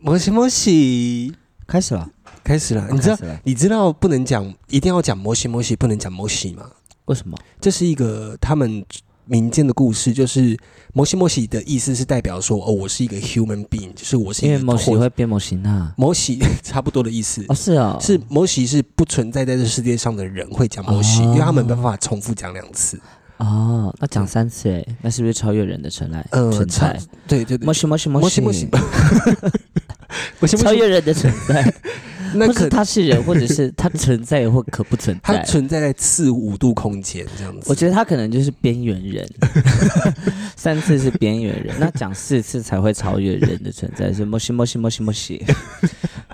摩西摩西开始了，开始了，你知道哦开始了你知道不能讲，一定要讲摩西摩西，不能讲摩西吗？为什么？这是一个他们民间的故事，就是摩西摩西的意思是代表说，哦，我是一个 human being，就是我是一因个为摩西活会变摩西娜。摩西 差不多的意思。哦，是哦，是摩西是不存在在这世界上的人会讲摩西，哦因为他们没办法重复讲两次。哦，那讲三次哎，那是不是超越人的存在？呃存在超对对对，摩西摩西摩西摩摩西西，， 摩西摩超西，越人的存在，那不是可他是人，或者是他存在或可不存它在。存在在次五度空间这样我子。觉得他可能就是边缘人，三次是边缘人，那讲四次才会超越人的存在，是摩西摩西摩西摩西。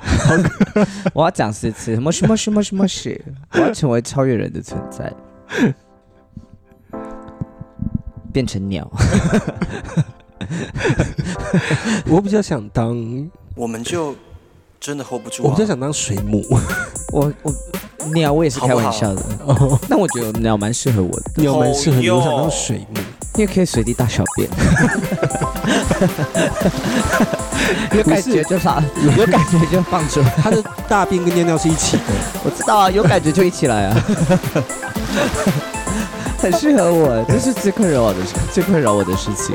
我要讲四次，摩西摩西摩西摩西，我要成为超越人的存在，变成鸟。我比较想当，我们就真的 hold 不住、啊。我比较想当水母。我我鸟我也是开玩笑的，哦，但我觉得鸟蛮适合我的，鸟蛮适合 你，哦哟我想当水母。因为可以随地大小便。 有感觉就放，有感觉就放出来。它的大便跟尿尿是一起的。我知道啊，有感觉就一起 来啊，很适合我，这是最困扰我的事，最困扰我的事情。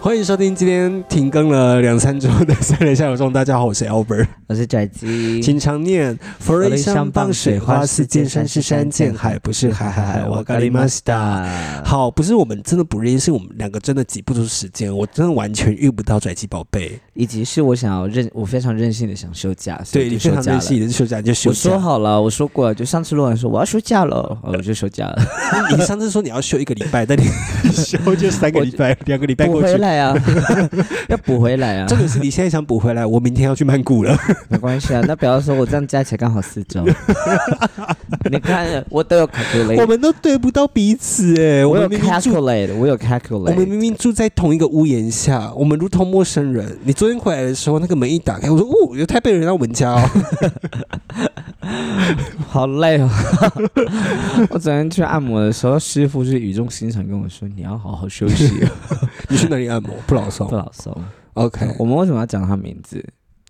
欢迎收听今天停更了两三周的三人下有中，大家好，我是 Albert，我是宅鸡，经常念嗯佛佛雷雷香香棒棒水水花是花是见见山山是是山山见见海海不不是是海海海海海海我我咖咖喱喱马马西西达达。好，不是我们真的不认识，是我们两个真的挤不出时间，我真的完全遇不到拽鸡宝贝。以及是我想要任，我非常任性的想休假，所以对我你就非休常假任了。性，你就休假你就休我假。说好了，我说过，就上次录完说我要休假了，哦我就休假了， 你上次说你要休一个礼拜，但 你休就三个礼拜、两个礼拜补过回去。来啊，要补回来啊重，点是你现在想补回来，我明天要去曼谷 了。没关系啊。那比方说，我这样加起来刚好四 周，你看我都有 calculate，我们都对不到彼此哎、我哎我有们明明住， calculate，我有 calculate，我们明明住在同一个屋檐下，我们如同陌生人。你昨天回来的时候，那个门一打开，我说哦，有台北人来我们家 哦。好累哦！ 我昨天去按摩的时候，师傅是语重心长跟我说：“你要好好休息 哦，你去哪里按摩？不老不松。老松。 OK，” 我们为什么要讲他名字？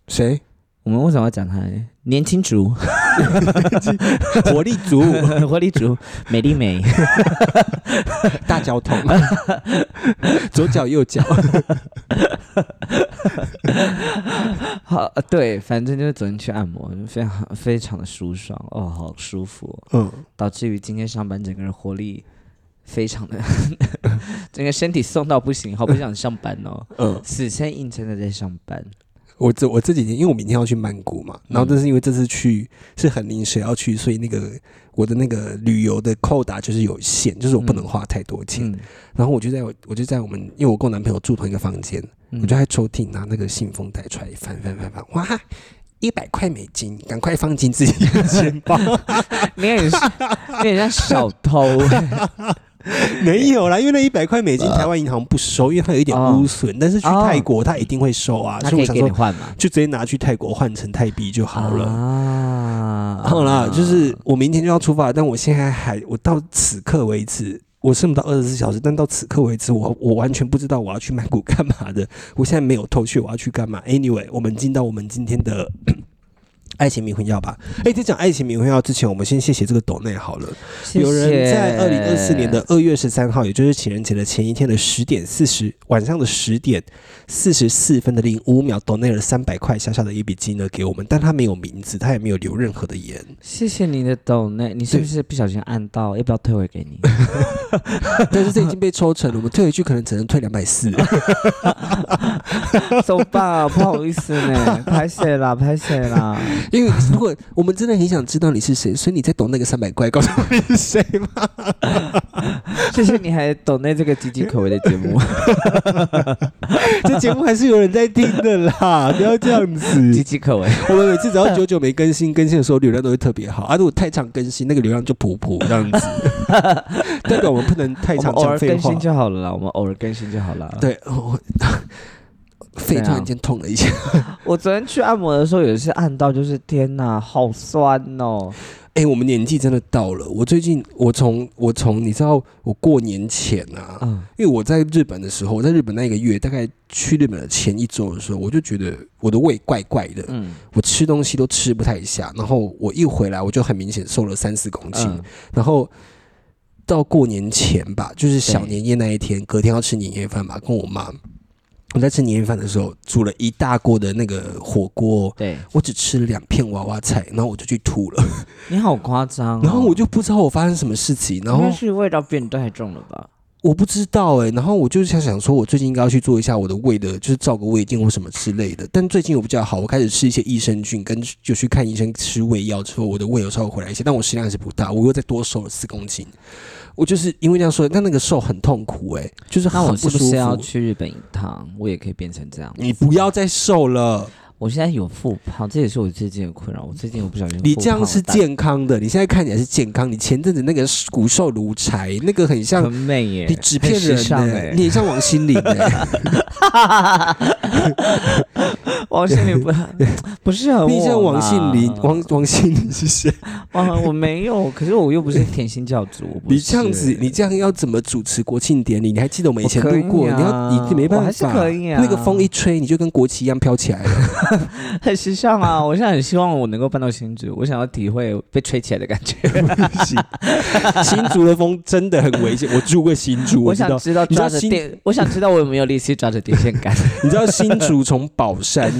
谁？我们为什么要讲他呢？年轻族、活力 足，活力族、美丽美，大脚 桶，左脚右脚。好呃对，反正就是昨天去按摩，非常非常的舒爽哦，好舒服哦、嗯，导致于今天上班整个人活力非常的， 整个身体送到不行，好不想上班哦，嗯，死撑硬撑的在上班。我这我这几天，因为我明天要去曼谷嘛，然后嗯但是因为这次去是很临时要去，所以那个我的那个旅游的扣打就是有限，就是我不能花太多钱。嗯，然后我就在我我就在我们，因为我跟我男朋友住同一个房间，嗯我就在抽屉拿那个信封袋出来翻翻翻翻，哇！一百块美金，赶快放进自己的钱包。你很像，你很像小 偷。没有啦，因为 那一百块美金，台湾银行不收，因为它有一点哦污损。但是去哦泰国，它一定会收啊。他所以我可以想给说你，换嘛？就直接拿去泰国换成泰币就 好了。啊好啦，就是我明天就要出发，但我现在还，我到此刻为止，我剩不到二十四小时，但到此刻为止，我我完全不知道我要去曼谷干嘛的，我现在没有头绪我要去干嘛。Anyway，我们进到我们今天的 爱情迷魂药吧。哎、在讲爱情迷魂药之前，我们先谢谢这个抖内好了。谢谢有人在二零二四年的二月十三号，也就是情人节的前一天的十点四十，晚上的十点四十四分的零五秒，donate 了三百块小小的一笔金额给我们，但他没有名字，他也没有留任何的言。谢谢你的抖内，你是不是不小心按到？要不要退回给你？ 但是这已经被抽成了，我们退回去可能只能退两百四。 走吧，不好意思呢，拍谁啦，拍谁啦。因为如果我们真的很想知道你是谁，所以你再懂那个三百块，告诉我你是谁吗？ 谢谢你还抖内这个岌岌可危的节目，这节目还是有人在听的啦， 不要这样 岌子。岌可危。我们每次只要久久没更新，更新的时候流量都会特别好，啊，如果太常更新，那个流量就普普这 样子，代表我们不能太我常们偶讲尔废更话新。就好了啦，我们偶尔更新就好了。，对，我 肺突然间痛了一啊下。我昨天去按摩的时候，有一次按到，就是天哪，好酸哦！哎、我们年纪真的到了。我最近，我从我从你知道，我过年前啊，嗯，因为我在日本的时候，我在日本那一个月，大概去日本的前一周的时候，我就觉得我的胃怪怪的，嗯，我吃东西都吃不太下。然后我一回来，我就很明显瘦了三四公斤。嗯然后到过年前吧，就是小对年夜那一天，隔天要吃年夜饭吧，跟我妈。我在吃年夜饭的时候，煮了一大锅的那个火锅，对，我只吃了两片娃娃菜，然后我就去吐了，你好夸张哦、然后我就不知道我发生什么事情，然应后该是味道变太重了吧？我不知道哎、然后我就想想说，我最近应该要去做一下我的胃的，就是照个胃镜或什么之类的。但最近我比较好，我开始吃一些益生菌，跟就去看医生吃胃药之后，我的胃有稍微回来一些，但我食量还是不大，我又再多瘦了四公斤。我就是因为这样说，但那个瘦很痛苦哎、就是那很我是不舒是要服。去日本一趟？我也可以变成这样。你不要再瘦了，我现在有复胖，这也是我最近的困扰。我最近我不小心你复这样胖是到健康的，你现在看起来是健康。你前阵子那个骨瘦如柴，那个很像很美耶，你纸片很时人呢、尚哎，你很欸像王心凌哎、 王心 凌不不适合我，你很啊像王心凌，王王心凌是谁？王我没有，可是我又不是甜心教主，我不你这样子是，你这样要怎么主持国庆典礼？你还记得我们以前我可以录过？啊你要你没办法，我还是可以啊那个风一吹，你就跟国旗一样飘起来 了。很 时尚啊！我现在很希望我能够搬到新竹，我想要体会被吹起来的感觉。新竹的风真的很危 险，我住过新竹，我知想道。知道你知道抓着新电，我想知道我有没有力气抓着电线 杆。你知道新竹从宝山，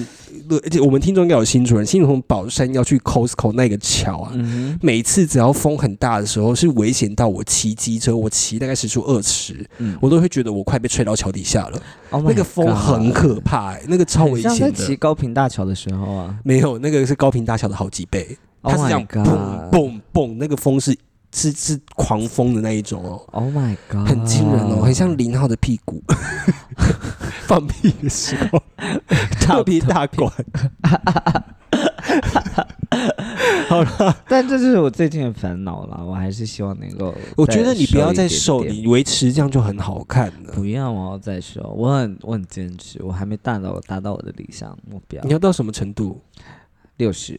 而且我们听众应该有新竹人，新竹从宝山要去 Costco 那个桥啊。嗯每次只要风很大的时候，是危险到我骑机车，我骑大概时速二十，嗯，我都会觉得我快被吹到桥底下了。 Oh my 那个风很 God 可怕、欸，那个超危很像在险骑的。高平大桥的时候啊，没有，那个是高频大小的好几倍，它 Oh 是这样 my 蹦 god！蹦蹦，那个风是是是狂风的那一种哦， Oh my god！很惊人啊哦，很像林浩的屁 股，放屁的时候特别大管。好了，但这就是我最近的烦恼啦，我还是希望能够。我觉得你不要再瘦，点点你维持这样就很好看了。不要，我要再瘦。我很我很坚持，我还没达到达到我的理想目标你。要到什么程度？六十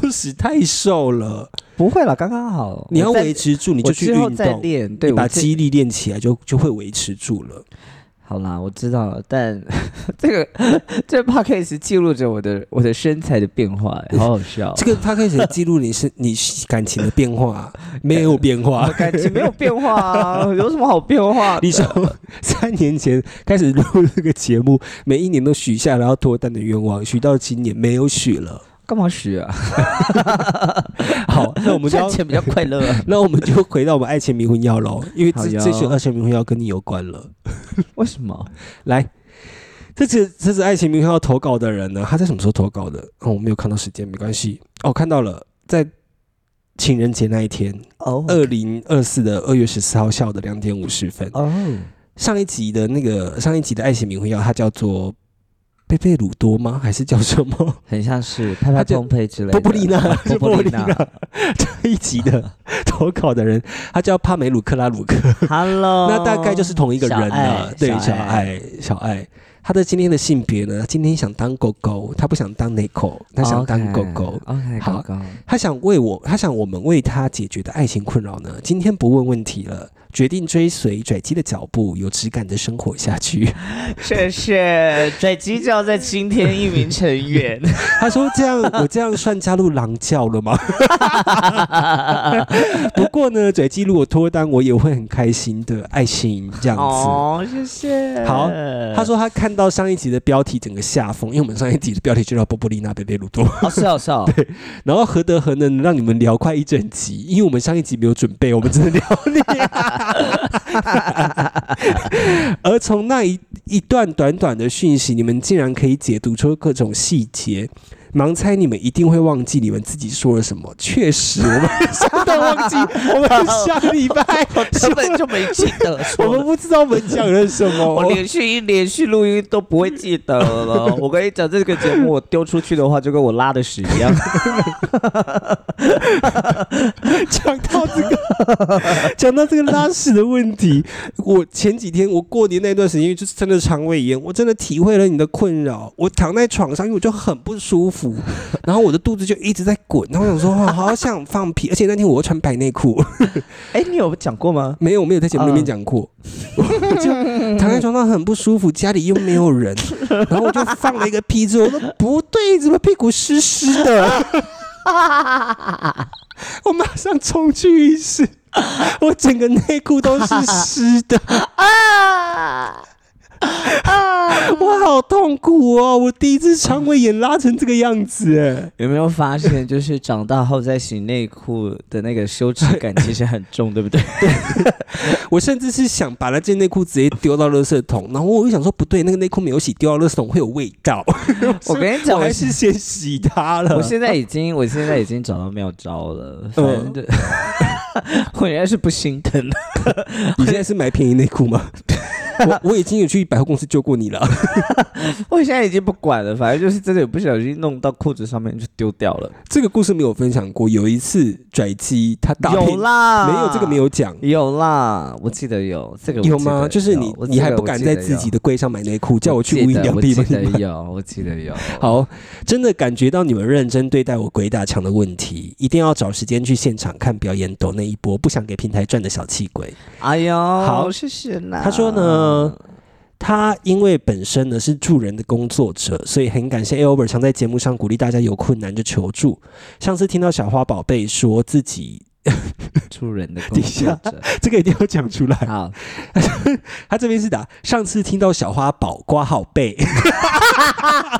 不是太瘦了，不会了，刚刚好。你要我再维，持住，你我就去之后运再动。练。对，你把我这哦肌力练起来就，就会维持住了。好啦，我知道了。但 这个这 podcast 记录着我的我的身材的变化，哎好好笑。这个它可以记录你是你感情的变 化，没有变我化的。 感情没有变化啊，有什么好变 化？你从 三年前开始录这个节目，每一年都许下了要脱单的愿望，许到今年没有许了。干嘛许 啊？好，那我们就赚要，钱比较快乐啊。那我们就回到我们爱情迷魂药 喽，因为这好哟这首爱情迷魂药跟你有关了。 为什么？来，这次这次爱情迷魂药投稿的人呢，他在什么时候投稿的？哦，我没有看到时间，没关系。哦，看到了，在情人节那一天，哦二零二四的二月十四号下午的两点五十分。哦，上一集的那个上一集的爱情迷魂药，它叫做贝贝鲁多吗？还是叫什么？很像是拍拍他就碰配之类波的。哦啊波丽娜，是波波波丽丽娜娜。 这一集 的投稿的人，他叫帕梅鲁克拉鲁克， Hello， 那大概就是同一个人了。对，小哦小爱，爱，小爱，他的今天的性别呢？今天想当狗狗，他不想当 n i c o 他想当狗狗。 OK，好狗狗，他想为我，他想我们为他解决的爱情困扰呢？今天不问问题了，决定追随拽鸡的脚步，有质感的生活下去。 这是拽鸡叫在今天一鸣成 员。他说：“这 样我这样算加入狼教了吗？”不过呢，嘴记如果脱单，我也会很开心的，爱心这样子。哦，谢谢。好，他说他看到上一集的标题整个下风，因为我们上一集的标题就叫波波丽娜贝贝鲁多， 哦是哦是哦，然后何德何能让你们聊快一整集？因为我们上一集没有准备，我们只能聊 你。而从那一一段短短的讯息，你们竟然可以解读出各种细节。盲猜你们一定会忘记你们自己说了什么。确实，我们相当忘记 我们下个礼拜我根本就没记得 我说们 了。不知道我们讲了什么。我连续一连续录音都不会记得 了。我跟你讲，这个节目我丢出去的话，就跟我拉的屎 一样。讲到这个，讲到这个拉屎的问题，我前几天我过年那段时间，因为就是真的肠胃炎，我真的体会了你的困扰。我躺在床上，因为我就很不舒服，服，然后我的肚子就一直在滚，然后我想说哇好想放屁，而且那天我又穿白内裤，哎、你有讲过吗？没有没有在节目里面讲过， 我就躺在床上很不舒服，家里又没有人，然后我就放了一个屁之后，我说不对，怎么屁股湿湿的？我马上冲去浴室，我整个内裤都是湿的，我好痛苦哦！我第一次肠胃炎拉成这个样子，哎，有没有发现，就是长大后再洗内裤的那个羞耻感其实很重，对不对？我甚至是想把那件内裤直接丢到垃圾桶，然后我又想说不对，那个内裤没有洗，丢到垃圾桶会有味道，我跟 你我讲，我还是先洗它了。 我现在已经，我现在已经找到妙招了，反正就 我原来是不心疼的，你现在是买便宜内裤 吗？我我已经有去百货公司救过你了，我现在已经不管了，反正就是真的有不小心弄到裤子上面就丢掉了。这个故事没有分享过。有一次拽鸡，他大有便啦，没有这个没有讲。有啦，我记得有这个我有记得吗？就是你有，我记你还得不我敢记在得自有己的柜上买内裤，叫我去无印记得良我品记帮得 你买。有，我记得有。好，真的感觉到你们认真对待我鬼打墙的问题，一定要找时间去现场看表演，抖那一波，不想给平台赚的小气鬼。哎呦，好谢谢啦。他说呢， 他因为本身呢是助人的工作者，所以很感谢 Albert 常在节目上鼓励大家有困难就求助。上次听到小花宝贝说自己 助人的工作者。这个一定要讲出来，好，他这边是打上次听到小花宝挂号 贝，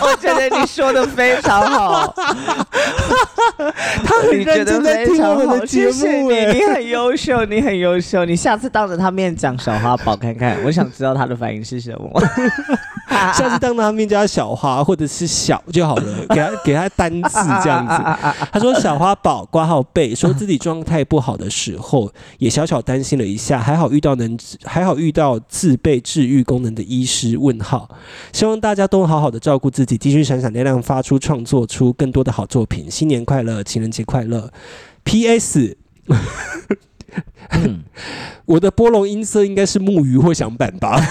我觉得你说的非常好，他 很你觉认得真在非听常我好，们的节谢谢目你，哎。你很优秀，你很优秀，你下次当着他面讲小花宝看看，我想知道他的反应 是什么。下哎次当他面叫他小花或者是小就好 了，给他给他单字这样啊子。他说小花宝挂号背，说自己状态不好的时候，也小小担心了一下，还好遇到能还好遇到自备治愈功能的医师。问号，希望大家都好好的照顾自己，继续闪闪亮亮发出创作出更多的好作品。新年快乐，情人节快乐。P.S. 嗯 我的波龙音色应该是木鱼或响板吧？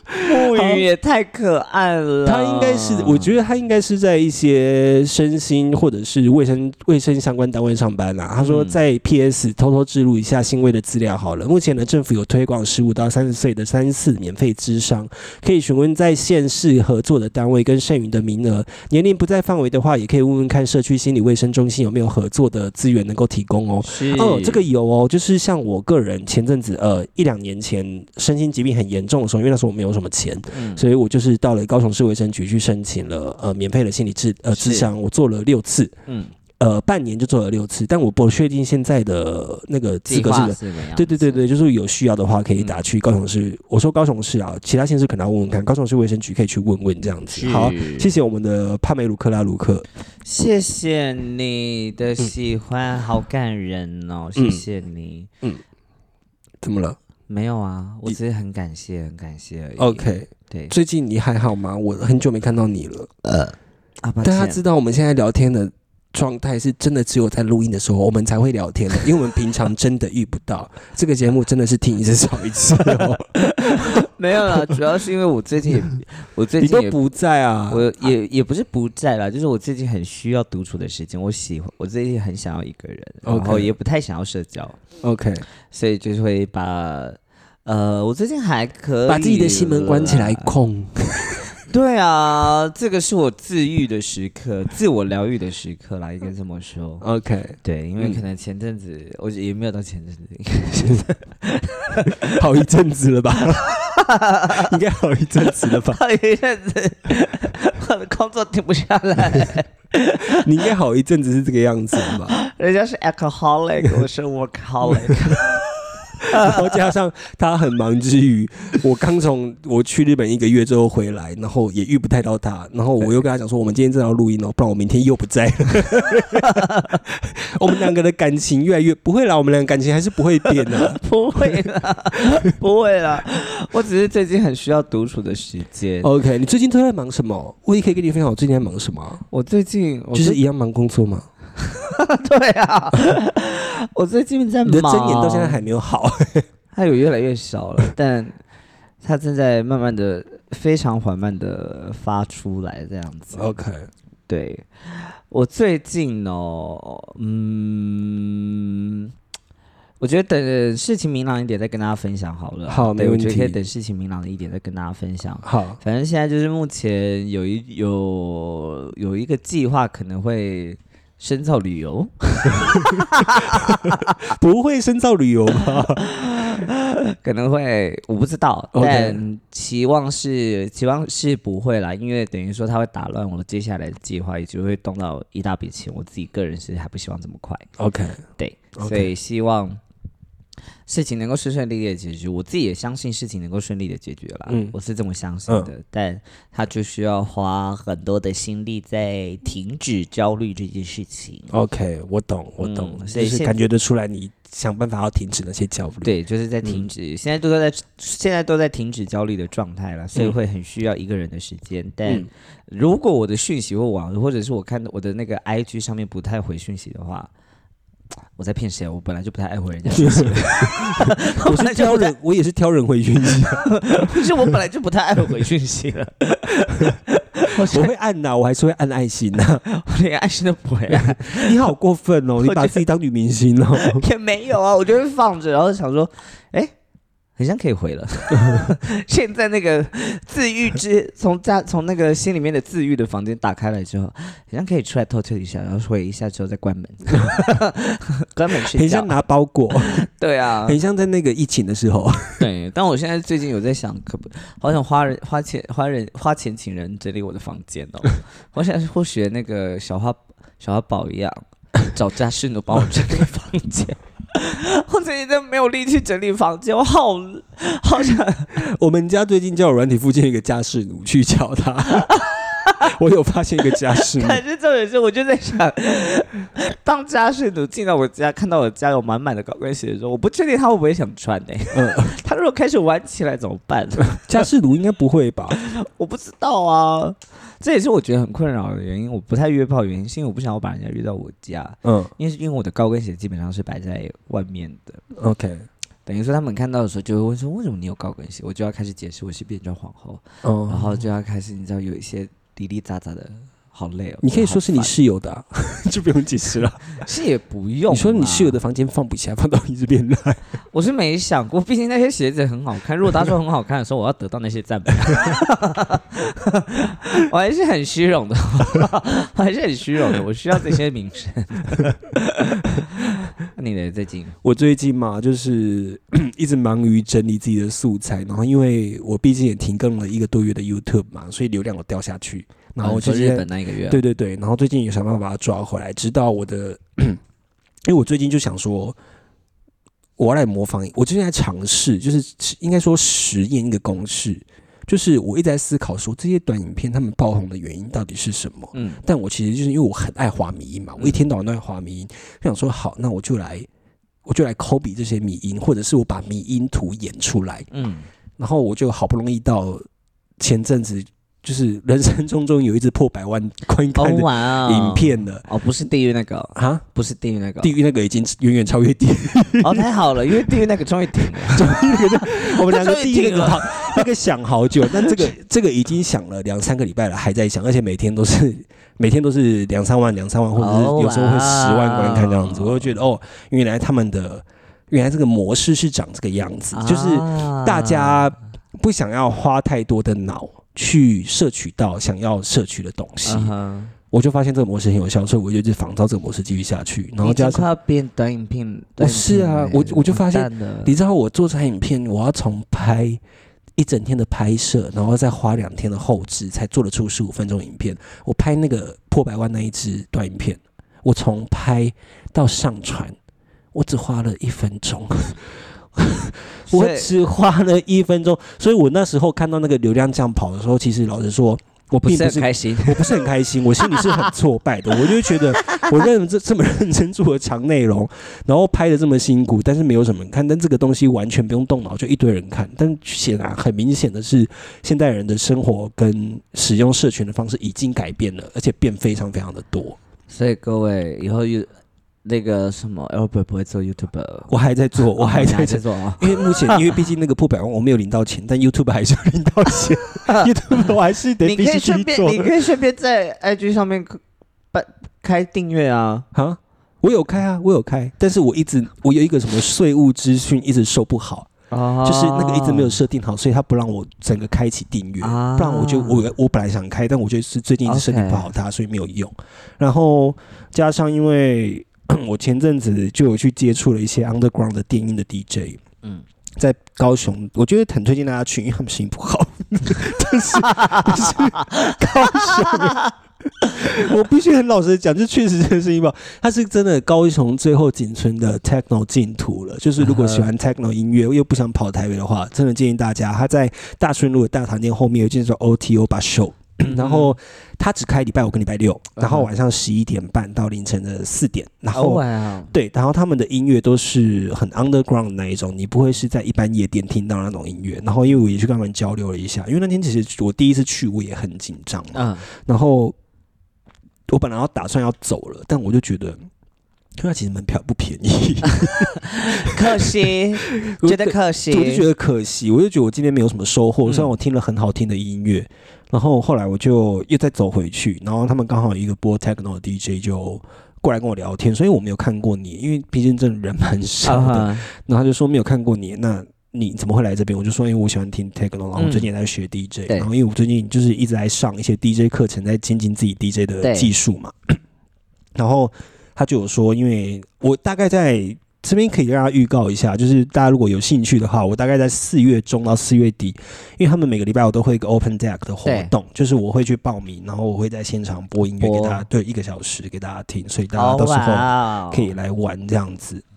鱼也太可爱哦了，他应该是，我觉得他应该是在一些身心或者是卫生卫生相关单位上班啦、他说嗯在 PS 偷偷置入一下欣慰的资料好了。目前呢，政府有推广十五到三十岁的三次免费咨商，可以询问在县市合作的单位跟剩余的名额。年龄不在范围的话，也可以问问看社区心理卫生中心有没有合作的资源能够提供哦。是哦，这个有哦，就是像我个人前阵子呃一两年前身心疾病很严重的时候，因为那时候我没有什么钱，嗯所以我就是到了高雄市卫生局去申请了呃免费的心理治呃是治疗，我做了六次，嗯，呃半年就做了六次，但我不确定现在的那个资计格划是。是怎么样？对对对对，就是有需要的话可以打去高雄市。我说高雄市啊，其他县市可能要问问看，高雄市卫生局可以去问问这样子。是，好，谢谢我们的帕梅鲁克拉鲁克。谢谢你嗯的喜欢，好感人哦，谢谢你。怎么了没有啊，我你只是很感谢，很感谢而已。 ？OK，对，最近你还好吗？我很久没看到你了。啊，抱但他歉知道我们现在聊天的状态是真的只有在录音的时候我们才会聊 天的，因为我们平常真的遇不到。这个节目真的是听一次少一 次哦，没有啦，主要是因为我最近也， 我最你近都也，不在啊。我也也不是不在啦，就是我最近很需要独处的时间，我喜欢，我最近很想要一个人，然后 OK 也不太想要社交， OK，所以就是会把。呃，我最近还可以把自己的心门关起来，啦控。对啊，这个是我治愈的时刻，自我疗愈的时刻啦，应该这么说。 OK，对，因为嗯可能前阵子、我也没有到前阵子， 好一阵子了吧？ 应该好一阵子了吧？到一阵子我的工作停不下来， 你应该好一阵子是这个样子了吧？人家是 alcoholic，我是 workaholic，然后加上他很忙之余，我刚从我去日本一个月之后回来，然后也遇不太到他，然后我又跟他讲说，我们今天正要录音哦，不然我明天又不在了。 我们两个的感情越来越不会啦，我们两个感情还是不会变 的。 不会啦，不会啦，哦我只是最近很需要独处的时间。 OK，你最近都在忙什么？我也可以跟你分享我最近在忙什么啊，我最近我 就是一样忙工作嘛。对啊，我最近在你 忙，的真言到现在还没有好，它有越来越少了，但它正在慢慢的、非常缓慢的发出来，这样子。 OK，对我最近哦，嗯，我觉得等呃事情明朗一点再跟大家分享好了。好对没我问觉得可以题等事情明朗一点再跟大家分享。好，反正现在就是目前有一有有一个计划，可能会深造旅游。 不会深造旅游 吧？可能会我不知道 OK 但期望是期望是不会啦，因为等于说它会打乱我接下来的计划，也就会动到一大笔钱。我自己个人是还不希望这么快， OK，对 OK 所以希望事情能够顺顺利利的解决。我自己也相信事情能够顺利的解决啦，嗯我是这么相信的，但它就需要花很多的心力在停止焦虑这件事情。 OK，我懂，我懂，嗯所就以是现感觉得出来，你想办法要停止那些焦虑。，对，就是在嗯停止，现在都在现在都在停止焦虑的状态了，所以会很需要一个人的时间。但嗯如果我的讯息或网，或者是我看我的那个 IG 上面不太回讯息的话，我在骗谁？啊我本来就不太爱回人家讯息， 我 是挑人，我也是挑人回讯息，不是我本来就不太爱回讯息了， 我我现会按呐，我还是会按爱心 呐。我连爱心都不会啊按，你好过分哦，你我觉把得自己当女明星哦。 也没有 啊，我就会放着，然后想说，哎。很像可以 回了，现在那个自愈 之从家从那个心里面的自愈的房间打开来之后，很像可以出来透彻一下，然后回一下之后再 关门，关门睡很觉像。拿包裹，对啊，很像在那个疫情的时候， 对。但我现在最近有在想，可不好想花人花钱花人花钱请人整理我的房间哦。我想或许那个小花小花宝一样，找家事奴帮我整理房间。我最近真的没有力去整理房间，我好好想我们家最近交友软体附近有一个家事奴去叫 他，我有发现一个家事奴，可是重点是，我就在想，当家事奴进到我家，看到我家有满满的高跟鞋的时候，我不确定他会不会想穿呢、嗯， 他如果开始玩起来怎么办？家事奴应该不会 吧？我不知道啊，这也是我觉得很困扰的原因。我不太约炮的原因，是因为我不想要把人家约到我家，嗯因为因为我的高跟鞋基本上是摆在外面的。嗯，OK，等于说，他们看到的时候就会问说：“为什么你有高跟鞋？”我就要开始解释我是变装皇后，然哦，后就要开始你知道有一些滴滴杂杂的，好累哦。你可以说是你好烦室友的 啊、就不用解释了。是也不用啦，你说你室友的房间放不下，放到你这边来，我是没想过，毕竟那些鞋子很好看。如果他说很好看的时候，我要得到那些赞美， 我还是很虚荣的， 我还是很虚荣的，我需要这些名声。 那你的最近我最近嘛，就是 一直忙于整理自己的素材，然后因为我毕竟也停更了一个多月的 YouTube 嘛，所以流量有掉下去，然后我哦就你是说在日本那一个月，对，对对，然后最近也想办法把它抓回来，直到我的， 因为我最近就想说，我要来模仿，我最近在尝试，就是应该说实验一个公式，就是我一直在思考说这些短影片他们爆红的原因到底是什么。嗯，但我其实就是因为我很爱滑迷音嘛，我一天到晚都在滑迷音，就想说好，那我就来，我就来抠比这些迷音，或者是我把迷音图演出来，嗯，然后我就好不容易到前阵子。就是人生中中有一支破百万观好看的玩啊，影片了哦，不是地狱那个哦，啊！不是地狱那个哦，地狱那个已经远远超越地狱，哦，太好了，因为地狱那个终于停了， 我们两个终地于狱那停个了好，那个想好久，但这个 这个已经想了两三个礼拜了，还在想，而且每天都是 每天都是两三万、两三万，或者是有时候会十万观看这样子，哦我就觉得哦，原来他们的原来这个模式是长这个样子， 就是啊大家不想要花太多的脑去摄取到想要摄取的东西，嗯哼我就发现这个模式很有效，所以我就一直仿照这个模式继续下去，然后你已经加上快。要变短影片，短影是啊片了我我就发现完蛋了你知道我做这台影片，我要从拍一整天的拍摄，然后再花两天的后置，才做得出十五分钟影片。我拍那个破百万那一支短影片，我从拍到上传，我只花了一分钟，我所以只花了一分钟。所以我那时候看到那个流量这样跑的时候，其实老实说，我不并是不很是。开 心。 我不是很开心，我心里是很挫败的。我就会觉 得，我认这这么认真做的长内容，然后拍的这么辛苦，但是没有什么人看。但这个东西完全不用动脑，就一堆人看。但显然很明显的是，现代人的生活跟使用社群的方式已经改变了，而且变非常非常的多。所以各位以后 You 那个什么 Albert 不会做 YouTuber，我还在 做，我还哦你在在做。做啊。因为目前，因为毕竟那个破百万我没有领到钱，但 YouTube 还是要领到 钱，YouTube 我还是得你必可须以去顺便，做你可以顺便在 IG 上面办开订阅啊。啊。我有开啊，我有开，但是我一直我有一个什么税务资讯一直收不好，哦就是那个一直没有设定好，所以他不让我整个开启订阅，啊不然我就我我本来想开，但我觉得是最近一直身体不好它，所以没有用。然后加上因为 我前阵子就有去接触了一些 underground 的电音的 DJ，嗯，在高雄，我觉得很推荐大家去，因为他们生意不好， 但是但是高雄，我必须很老实的讲，就确实这生意不好，它是真的高雄最后仅存的 techno 净土了。就是如果喜欢 techno 音乐又不想跑台北的话，真的建议大家，它在大顺路的大堂店后面有一间叫 OTO 把 show。然后它只开礼拜五跟礼拜六，然后晚上十一点半到凌晨的四点，然哦后哇哦，对，然后他们的音乐都是很 underground 的那一种，你不会是在一般夜店听到那种音乐。然后因为我也去跟他们交流了一下，因为那天其实我第一次去，我也很紧张嘛。嗯，然后我本来要打算要走了，但我就觉得，因为它其实门票不便宜， 可惜，我啊觉得可惜，嗯我就觉得可惜，我就觉得我今天没有什么收获。虽然我听了很好听的音乐，然后后来我就又再走回去，然后他们刚好有一个播 techno 的 DJ 就过来跟我聊天，所以我没有看过你，因为毕竟真的人蛮少啊的。哈然后他就说没有看过你，那你怎么会来这边？我就说因为我喜欢听 techno，然后我最近也在学 DJ，、对然后因为我最近就是一直在上一些 DJ 课程，在精进自己 DJ 的对技术嘛。 然后他就有说，因为我大概在这边可以让大家预告一下，就是大家如果有兴趣的话，我大概在四月中到四月底，因为他们每个礼拜我都会有一个 open deck 的活动，就是我会去报名，然后我会在现场播音乐给大家，对，一个小时给大家听，所以大家哦到时候哇哦可以来玩这样子。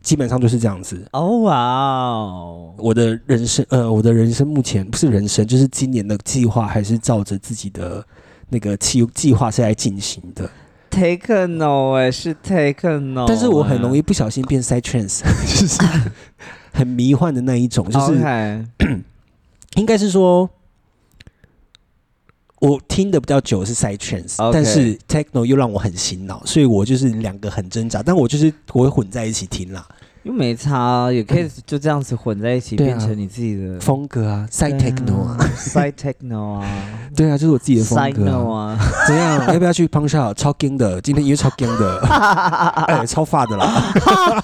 基本上就是这样子，哦哇哦，我的人生，呃，我的人生目前不是人生，就是今年的计划还是照着自己的那个计计划是来进行的。 take no 哎，是 take no，但是我很容易易不小心变 side trance，就是很迷幻的那一种，哦就是应该是说。我听的比较久是 side trance，、 OK 但是 techno 又让我很醒脑，所以我就是两个很挣扎，但我就是我会混在一起听啦，又没差，也可以就这样子混在一起，嗯对啊变成你自己的风格啊，side techno 啊， ，side techno 啊对啊，就是我自己的风，side 格、啊 no。啊，怎样？要不要去帮下超 gang 的？今天约超 gang 的， 哎、超发的啦。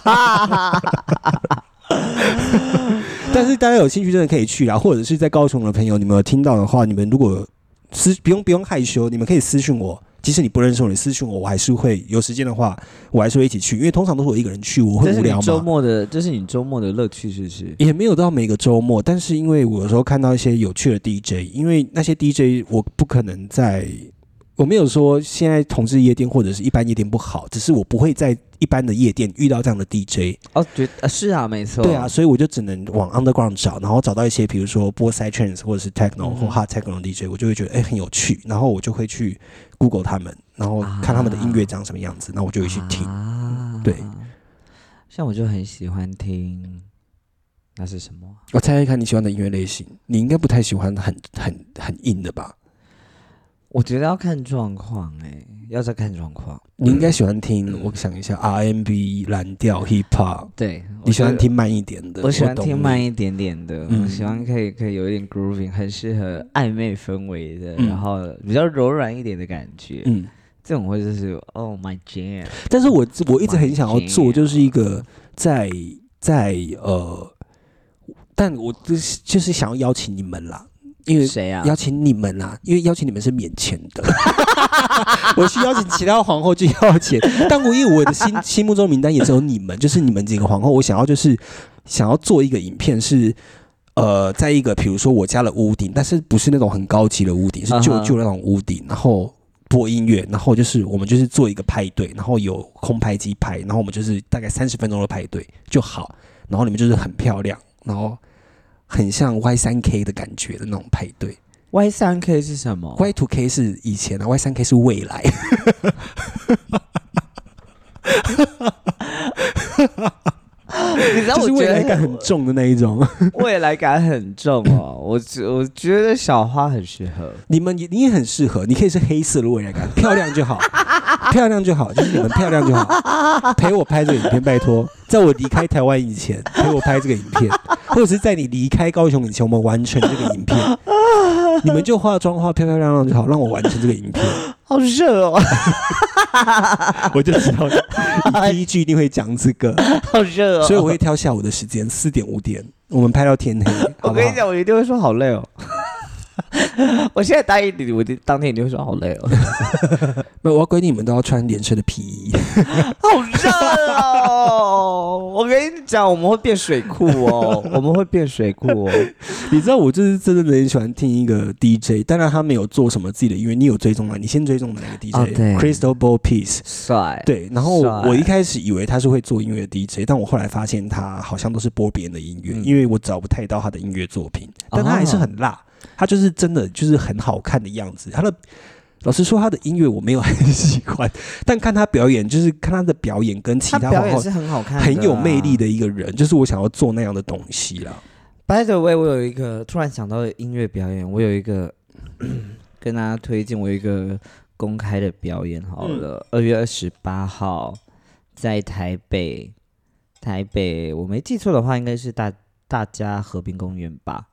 啊 但是大家有兴趣真的可以去啦，或者是在高雄的朋友，你们有听到的话，你们如果私不用不用害羞，你们可以私信我。即使你不认识我，你私信我，我还是会有时间的话，我还是会一起去，因为通常都是我一个人去，我会这是无你聊周嘛。末的，这是你周末的乐趣，是不是？也没有到每个周末，但是因为我有时候看到一些有趣的 DJ，因为那些 DJ 我不可能在，我没有说现在同志夜店或者是一般夜店不好，只是我不会在一般的夜店遇到这样的 DJ，哦，觉啊是啊，没错，对啊，，所以我就只能往 underground 找，然后找到一些比如说播 side trance 或者是 techno 嗯或 hard techno 的 DJ，我就会觉得哎、很有趣，然后我就会去 Google 他们，然后看他们的音乐长什么样子，那我就会去听。啊对，像我就很喜欢听，那是什么啊？我猜猜看你喜欢的音乐类型，你应该不太喜欢很很很硬的吧？我觉得要看状况哎、要再看状况。你应该喜欢听，我想一下，RMB、蓝调、Hip Hop，对，嗯我你喜欢觉得听慢一点的？我喜欢懂听你慢一点点的，嗯我喜欢可以可以有一点 grooving，很适合暧昧氛围的，嗯然后比较柔软一点的感觉。嗯，这种会就是 Oh my jam，但是我我一直很想要 My 做， God 就是一个在在呃，但我就是就是想要邀请你们啦，因为谁啊？邀请你们啦，因为邀请你们是免钱的。 我去邀请其他皇后去要钱，但我因为我的心 心目中名单也只有你们，就是你们几个皇后，我想要就是想要做一个影片是。呃，在一个比如说我家的屋顶，但是不是那种很高级的屋顶，是旧嗯哼旧那种屋顶，然后播音乐，然后就是我们就是做一个派对，然后有空拍机拍，然后我们就是大概三十分钟的派对就好，然后你们就是很漂亮，然后很像 Y 三 K 的感觉的那种派对， Y 三 K 是什么 Y two K 是以前啊，Y 三 K 是未来。你知道就我是未觉来得感很重的那一 种。未来感很重哦。我觉我觉得小花很适合。 你们你也很适合，你可以是黑色的未来感，漂亮就好。漂亮就好，就是你们漂亮就好，陪我拍这个影片，拜托，在我离开台湾以前，陪我拍这个影 片，或者是在你离开高雄以前，我们完成这个 影片，你们就化妆化漂漂亮亮就好，让我完成这个影 片，好热哦，我就知道你 第一句一定会讲这 个， 好热哦。所以我会挑下午的时间，四点五点，我们拍到天黑，好 我不跟你好？讲，我一定会说好累哦。 我现在答应你，我就当天一定会说好累哦，没有，我要规定你们都要穿连身的皮衣，好热哦！我跟你讲，我们会变水库哦，我们会变水库哦。 你知道我就是真的很喜欢听一个 DJ，当然他没有做什么自己的音乐，你有追踪吗？你先追踪哪个 DJ？、哦对 Crystal Ball Piece。帅，对，然后帅我一开始以为他是会做音乐的 DJ，但我后来发现他好像都是播别人的音乐，嗯因为我找不太到他的音乐作品，但他还啊是很辣，他就是真的就是很好看的样子。他的老实说，他的音乐我没有很喜欢， 但看他表演，就是看他的表演跟其他他表皇演后是很好看的啊、很有魅力的一个人，就是我想要做那样的东西啦。 By the way，我有一个突然想到的音乐表演，我有 一个跟大家推荐，我有一个公开的表演，好嗯了，二、月二十八号在台北，台北我没记错的话，应该是大大家和平公园吧。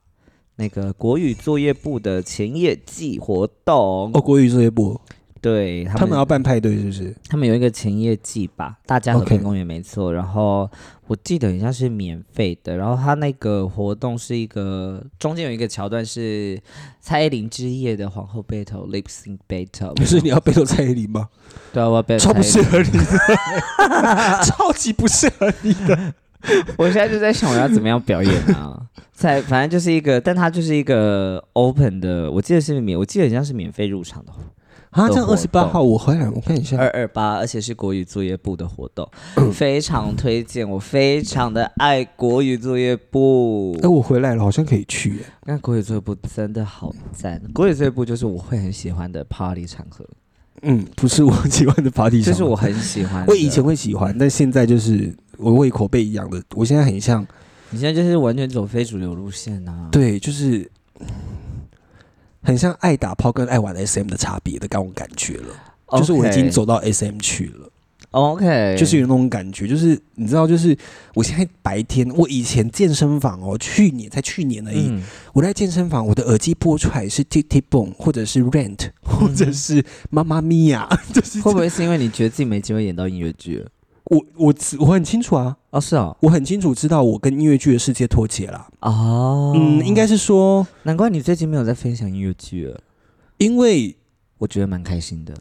那个国语作业部的前夜祭活动，哦，国语这一部，对他他们们要办派对是不是？他们有一个前夜祭吧，大家和 OK 平公园没错。然后我记得好像是免费的，然后它那个活动是一个中间有一个桥段是蔡依林之夜的皇后 battle lip sync battle， 不是你要背到蔡依林吗？对啊，我要 battle 超不蔡依适林 合你的， 超级不适合你的。我现在就在想我要怎么样表演啊。在反正就是一个，但它就是一个 open 的，我记得是免，我记得好像是免费入场的啊，这样活二十八动号我回来，我看一下。二二八，而且是国语作业部的活动，嗯非常推荐，我非常的爱国语作业部。哎、我回来了，好像可以去耶、那国语作业部真的好赞，哦国语作业部就是我会很喜欢的 party 场合，嗯，不是我喜欢的 party 这场是我很喜欢的。我以前会喜欢，但现在就是我胃口被养的，我现在很像，你现在就是完全走非主流路线呐、啊。，对，就是嗯很像爱打炮跟爱玩 SM 的差别的那种感觉了。就是我已经。走到 SM 去了。哦 OK，就是有那种感觉，就是你知道，就是我现在白天，我以前健身房哦，去年才去年而已，嗯我在健身房，我的耳机播出来是 T T Bone 或者是 Rent 或者是妈妈咪呀，就是会不会是因为你觉得自己没机会演到音乐剧啊了？ 我我知我很清楚啊，哦，是哦，我很清楚知道我跟音乐剧的世界脱节啦。哦，嗯，应该是说，难怪你最近没有在分享音乐剧了，因为我觉得蛮开心的。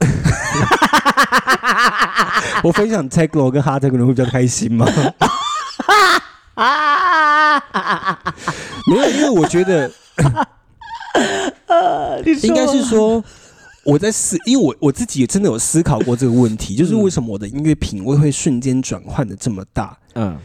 我分享 Techno 跟 Hard Techno 会比较开心 嘛。 啊！没有，因为我觉得应该是啊说。我在思，因为我我自己也真的有思考过这个问 题，嗯就是为什么我的音乐品味会瞬间转换的这么大，嗯，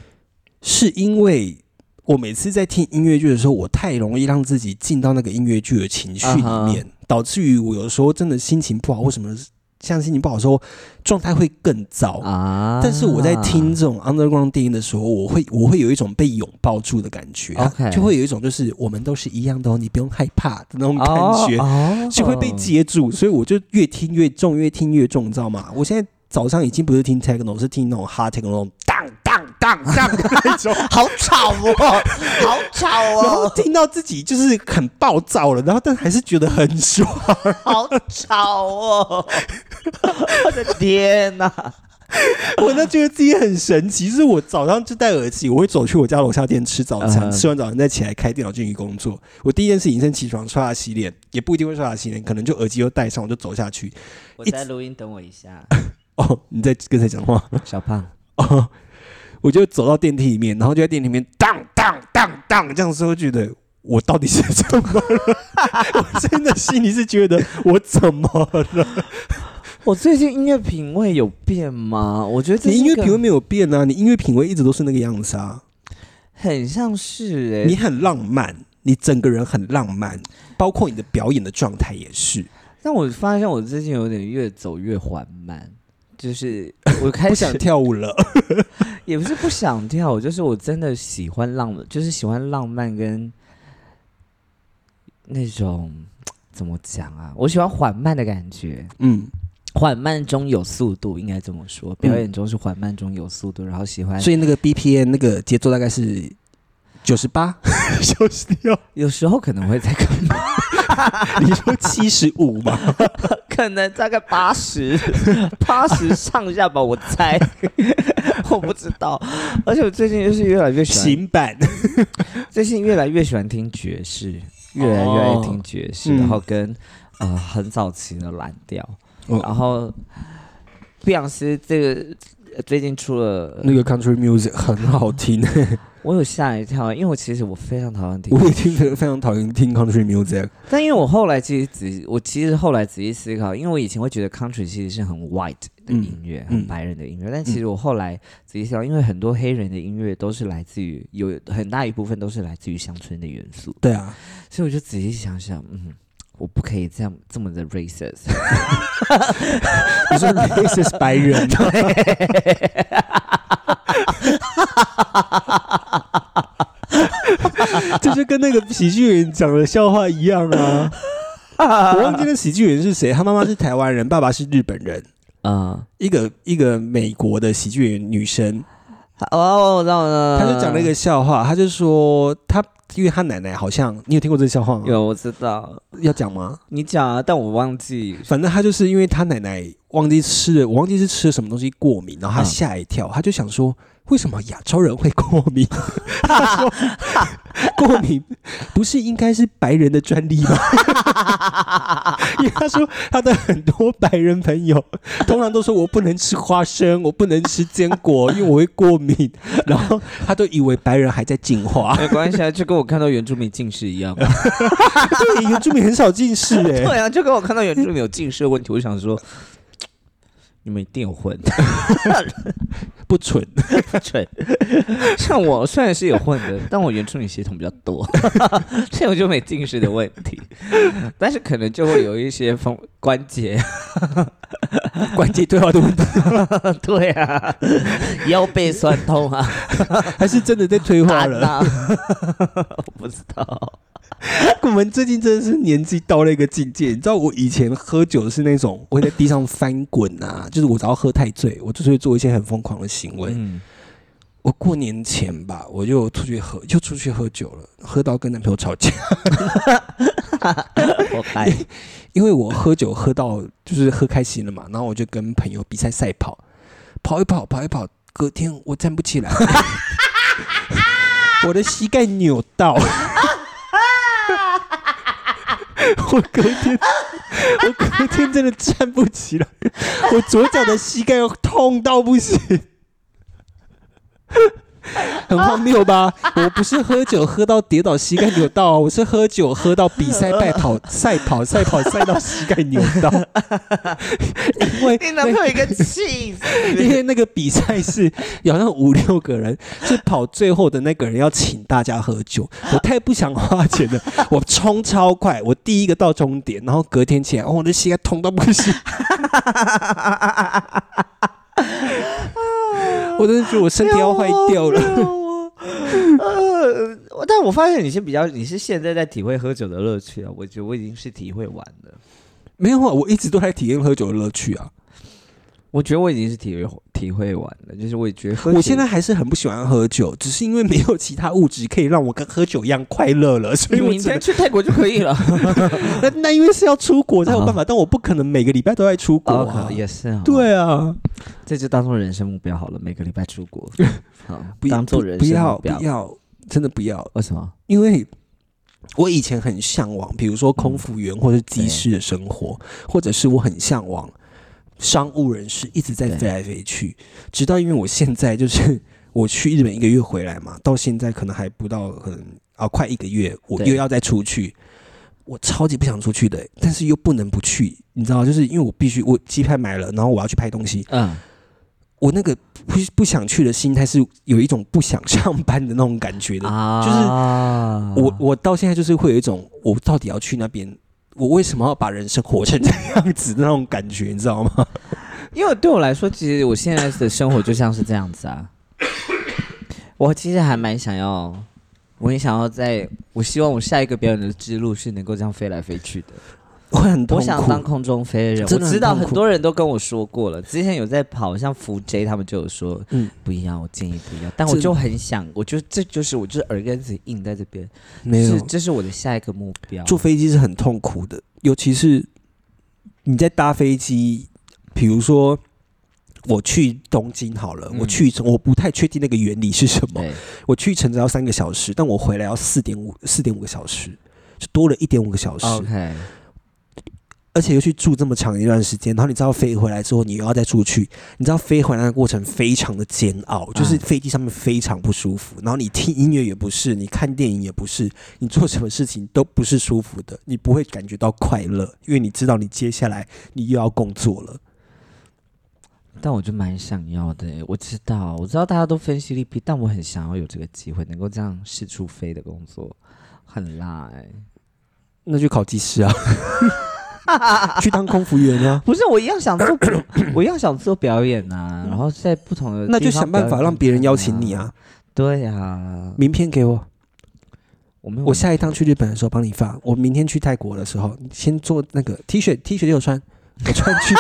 是因为我每次在听音乐剧的时候，我太容易让自己进到那个音乐剧的情绪里啊面导致于我有时候真的心情不好，或什么像心情不好的时候，状态会更糟。啊但是我在听这种 underground 电音的时候，我会我会有一种被拥抱住的感觉啊 OK 就会有一种就是我们都是一样的哦，你不用害怕的那种感觉，哦就会被接住，所以我就越听越重，越听越重，你知道吗？我现在早上已经不是听 techno，是听那种 hard techno 那种当当当当的那种，好吵哦，好吵哦然后，听到自己就是很暴躁了，然后但还是觉得很爽。好吵哦！我的天 哪！我都觉得自己很神奇，就是我早上就戴耳机，我会走去我家楼下店吃早餐，嗯吃完早餐再起来开电脑进去工作。我第一件事情先起床刷牙洗脸，也不一定会刷牙洗脸，可能就耳机又戴上，我就走下去。我在录音，等我一 下，哦，你在跟谁讲话？小胖。哦，我就走到电梯里面，然后就在电梯里面当当当当这样说，觉得我到底是怎么了？ 我真的心里是觉得我怎么了？我最近音乐品味有变吗？我觉得这你是音乐一个品味没有变啊，你音乐品味一直都是那个样子啊。很像是哎、你很浪漫，你整个人很浪漫，包括你的表演的状态也是。但我发现我最近有点越走越缓慢，就是我开不始想跳舞了， 也不是不想跳，就是我真的喜欢浪，就是喜欢浪漫跟那种怎么讲啊？我喜欢缓慢的感觉。嗯，缓慢中有速度，应该这么说。表演中是缓慢中有速度，然后喜欢哎所以那个 BPM 那个节奏大概是九十八， 九十六，有时候可能会在你说七十五 嘛？ 可能大概八十，八十上下吧，我猜， 我不知道。而且我最近就是越来越喜新版，欢，最近越来越喜欢听爵士，越来越爱听爵士，嗯然后跟呃很早期的蓝调，哦然后碧昂斯这个呃最近出了，那个 country music 很好 听，我有吓一跳，因为我其实我非常讨厌听我，也听得非常讨厌听 country music。但因为我后来其实仔细，我其实后来仔细思考，因为我以前会觉得 country 其实是很 white 的音乐，嗯很白人的音乐，但其实我后来仔细想，因为很多黑人的音乐都是来自于有很大一部分都是来自于乡村的元素，对啊，所以我就仔细想想，嗯。我不可以这样这么的 racist， 你 说 this is 白人吗？呃这 就跟那个喜剧人讲的笑话一样啊！我忘记那喜剧人是谁，他妈妈是台湾人，爸爸是日本人，嗯，一个一个美国的喜剧人女生，哦，我知道了，她就讲了一个笑话，她就说她因为她奶奶好像你有听过这个笑话吗？有我知道， 要讲吗？你讲啊，但我忘记，反正他就是因为他奶奶忘记吃了，我忘记是吃了什么东西过敏，然后他嗯吓一跳，他就想说为什么亚洲人会过敏？ 他说过敏不是应该是白人的专利吗？ 因为他说他的很多白人朋友通常都说我不能吃花生，我不能吃坚果，因为我会过敏。然后他都以为白人还在进化，没关系啊，就跟我看到原住民近视一 样。对，原住民很少近视哎、 对啊，就跟我看到原住民有近视的问题，我想说，你们一定有混 不蠢。蠢。像我虽然是有混的，但我原住民血统比较多， 所以我就没近视的问题，但是可能就会有一些风关节，关键对话的问题， 对啊，腰背酸痛啊， 还是真的在退化打了。啊， 我不知道。 我们最近真的是年纪到了一个境界，你知道我以前喝酒是那种我会在地上翻滚啊，就是我只要喝太醉，我就是会做一些很疯狂的行为。嗯，我过年前吧，我就出去喝，就出去喝酒了，喝到跟男朋友吵架， 活该。因为我喝酒喝到就是喝开心了嘛，然后我就跟朋友比赛赛跑，跑一跑，跑一跑，隔天我站不起来， 我的膝盖扭到， 我隔天，我隔天真的站不起来，我左脚的膝盖痛到不行。很荒谬吧？我不是喝酒喝到跌倒膝盖扭到啊、我是喝酒喝到比赛赛跑赛跑赛跑赛到膝盖扭 到，因为你男朋友一个气死，因为那个比赛是好像五六个人，是跑最后的那个人要请大家喝酒。我太不想花钱了，我冲超快，我第一个到终点，然后隔天起来，哦，我的膝盖痛到不行。我真的觉得我身体要坏掉哦了。呃， 我但我发现你是比较，你是现在在体会喝酒的乐趣啊。我觉得我已经是体会完了，没有啊，我一直都在体验喝酒的乐趣啊。我觉得我已经是体会体会完了，就是我也觉得喝酒我现在还是很不喜欢喝酒，只是因为没有其他物质可以让我跟喝酒一样快乐了，所你以我明只能天去泰国就可以 了。那那因为是要出国才有办法，但我不可能每个礼拜都在出国、啊啊哦，。也是啊，，对啊，这就当做人生目标好了，每个礼拜出 国，好，不当做人不生不目要标不。要，真的不要，为什么？因为我以前很向往，比如嗯说空服员或者机师的生活，或者是我很向往商务人士一直在对飞来飞去，直到因为我现在就是 我去日本一个月回来嘛，到现在可能还不到可能啊快一个月，我对又要再出去。我超级不想出去的，但是又不能不去，你知道，就是因为我必须，我机票买了，然后我要去拍东西，嗯，我那个不不想去的心态是有一种不想上班的那种感觉的，嗯啊，我我到现在就是会有一种，我到底要去那边，我为什么要把人生活成这样子的那种感觉，你知道吗？ 因为对我来说，其实我现在的生活就像是这样 子啊。我其实还蛮想要，我也想要在，我希望我下一个表演的之路是能够这样飞来飞去的。会很痛我想当苦。空中飞人，真我的很知道很痛苦多人都跟我说过了。之前有在跑，像福 J 他们就有说，嗯不一样，我建议不一样。但我真的就很想，我就这就是我就是耳根子硬在这边，没有是，这是我的下一个目标。坐飞机是很痛苦的，尤其是你在搭飞机，比如说我去东京好了，嗯我去我不太确定那个原理是什么，对，我去成只要三个小时，但我回来要四点五四点五个小时，就多了一点五个小时， OK，而且又去住这么长一段时间，然后你知道飞回来之后，你又要再出去，你知道飞回来的过程非常的煎熬，就是嗯飞机上面非常不舒服，然后你听音乐也不是，你看电影也不是，你做什么事情都不是舒服的，你不会感觉到快乐，因为你知道你接下来你又要工作了。但我就蛮想要的耶。我知道，我知道大家都分析力批，但我很想要有这个机会，能够这样四处飞的工作，很辣哎、那就考技师啊， 去当空服员啊，不是，我一样 想做，我一样想做表演呐、然后在不同的 那就地方想办表法演啊让别人邀请看你。 啊，对呀、啊，名片给我。我没有我下一趟去日本的时候帮你发，我明天去泰国的时候，你先做那个 T 恤，T 恤也有穿，我穿 去，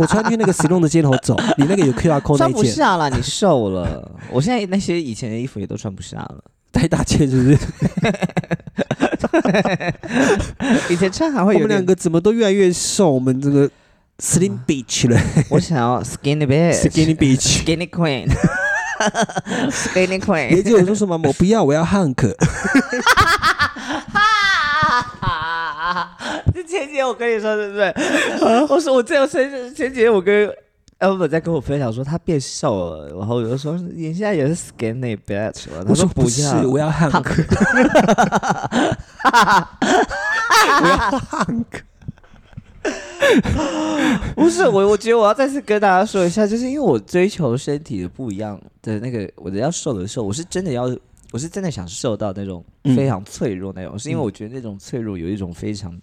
我穿去那个石弄的街头走，你那个有 QR code 那穿一不件下 了，你瘦了。我现在那些以前的衣服也都穿不下了，太大件是不是？以前穿还我 会有们两点。嗯个怎么都越来越瘦，我们这个 Slim Beach 了我想要 skinny，Skinny bitch，skinny Beach。 queen，skinny queen。也就我说什么，我不要，我要汉克。哈， 就前几天我跟你说对 不对？我说我最后前前几天我跟 Albert 在跟我分享说他变瘦了，然后我就说你现在也是 skinny bitch 了，他我说不是，要，我要汉克。不是我，我觉得我要再次跟大家说一下，就是因为我追求身体的不一样的那个，我的要瘦的时候，我是真的要，我是真的想瘦到那种嗯非常脆弱那种，是因为我觉得那种脆弱有一种非常，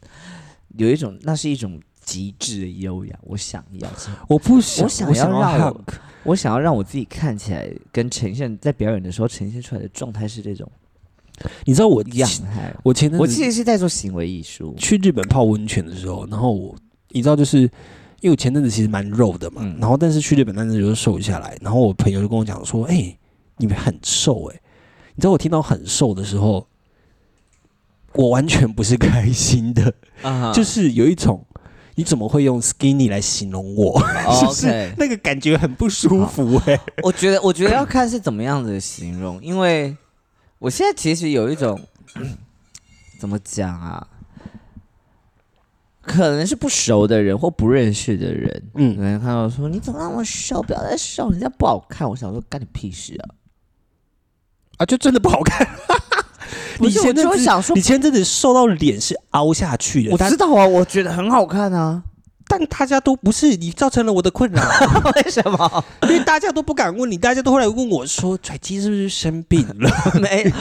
有一种那是一种极致的优雅，我想要，我不想，我我想想要要让汉我克。我想要让我自己看起来跟呈现在表演的时候呈现出来的状态是这种你知道我样态。我前阵我子其实是在做行为艺术，去日本泡温泉的时候，然后我你知道，就是因为我前阵子其实蛮肉的嘛，嗯然后但是去日本那阵子就瘦下来，然后我朋友就跟我讲说：“哎、你们很瘦哎、你知道我听到很瘦的时候，我完全不是开心的，啊就是有一种你怎么会用 skinny 来形容我？就哦 OK 是。 那个感觉很不舒服哎、我觉得，我觉得要看是怎么样子的形容，因为我现在其实有一种 怎么讲啊，可能是不熟的人或不认识的人，嗯可能看到说你怎么那么瘦，不要再瘦，你这样不好看。我想说干你屁事啊！啊，就真的不好看。不你是，我前阵就会子，想说你，前阵子瘦到脸是凹下去的，我但知道啊，我觉得很好看啊，但大家都不是你造成了我的困扰。 为什么 因为大家都不敢问你，大家都后来问我说：“拽鸡是不是生病了 没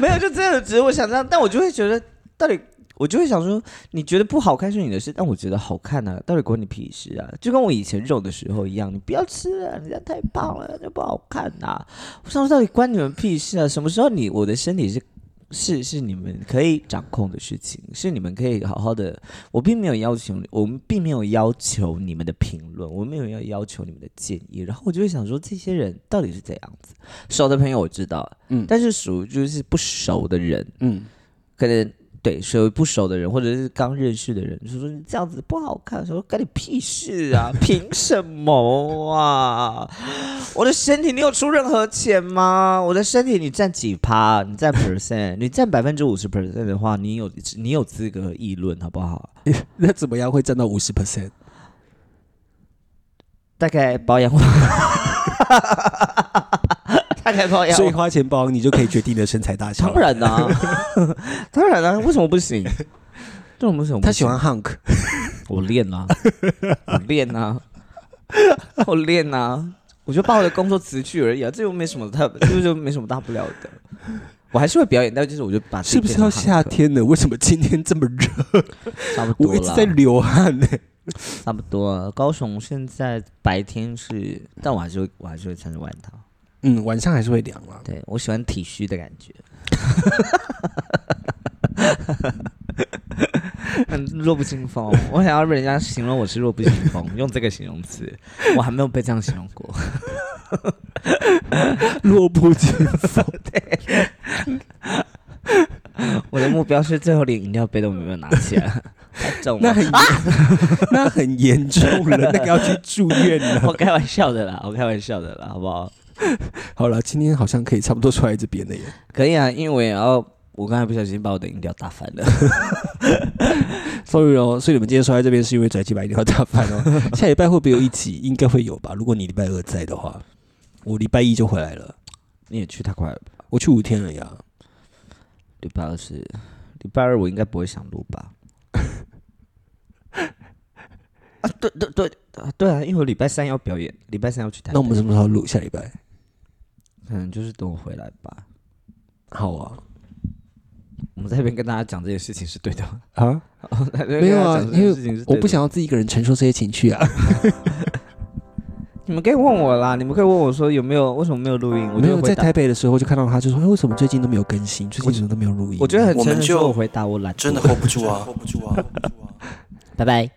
没有？就真的只是我想这样，但我就会觉得到底。我就会想说，你觉得不好看是你的事，但我觉得好看啊，到底关你屁事啊？就跟我以前肉的时候一样，你不要吃了，你这样太胖了，就不好看呐、我想说，到底关你们屁事啊？什么时候你我的身体是是是你们可以掌控的事情，是你们可以好好的。我并没有要求，我们并没有要求你们的评论，我没有要要求你们的建议。然后我就会想说，这些人到底是怎样子？熟的朋友我知道，啊嗯但是属于就是不熟的人，？” 嗯，可能对所谓不熟的人，或者是刚认识的人，就说你这样子不好看，说干你屁事啊， 凭什么啊？我的身体你有出任何钱吗？我的身体你占几趴？你占 percent？你占百分之五十 percent 的话，你有你有资格议论好不好？那怎么样会占到五十 percent？大概保养我， 大概保养所以我。花钱包你就可以决定你的身材大小当。然啦、 当然啦、为什么不行？这种为什么不行？他喜欢 hunk，我练 啊，我练啊，我练啊，我就把我的工作辞去而已啊，这又没什么大，这就没什么大不了的。我还是会表演，但就是我就把自己是不是要变成夏汉克天了？为什么今天这么热？差不多我一直在了，流汗呢、差不多了。高雄现在白天是，但我还是会，我还是会穿着外套。嗯，晚上还是会凉了。对我喜欢体虚的感觉。很弱不禁风。我想要被人家形容我是弱不禁风，用这个形容词，我还没有被这样形容过。弱不禁风。我的目标是最后连饮料杯都没有拿 起来，太重那了很。严 那很严重了，那个要去住院了。我开玩笑的啦，我开玩笑的啦，好不好？ 好了，今天好像可以差不多出来这边了耶。可以啊，因为我也要，我刚才不小心把我的饮料打翻 了。 sorry 哦，所以你们今天说在这边是因为宅鸡把一定要打翻哦。 下礼拜会不会有一集？应该会有吧。如果你礼拜二在的话，我礼拜一就回来了。你也去太快了吧，我去五天了啊呀。礼拜二是礼拜二，我应该不会想录吧？ 啊，对对对啊，对啊，因为我礼拜三要表演，礼拜三要去台北。那我们什么时候录？下礼拜？可能就是等我回来吧。好啊。我们在这边跟大家讲这件事情是对的吗？啊，没有啊因为我不想。想要自己一个人承受这些情绪啊。你们可以问我啦，你们可以问我说有没有为什么没有录音？我没就有会回在答。台北的时候就看到他，就说：“哎，为什么最近都没有更新？最近怎么都没有录音？”我觉得很我承们认就说我回答我 懒，真的 hold 不住啊，hold 不住啊。拜拜。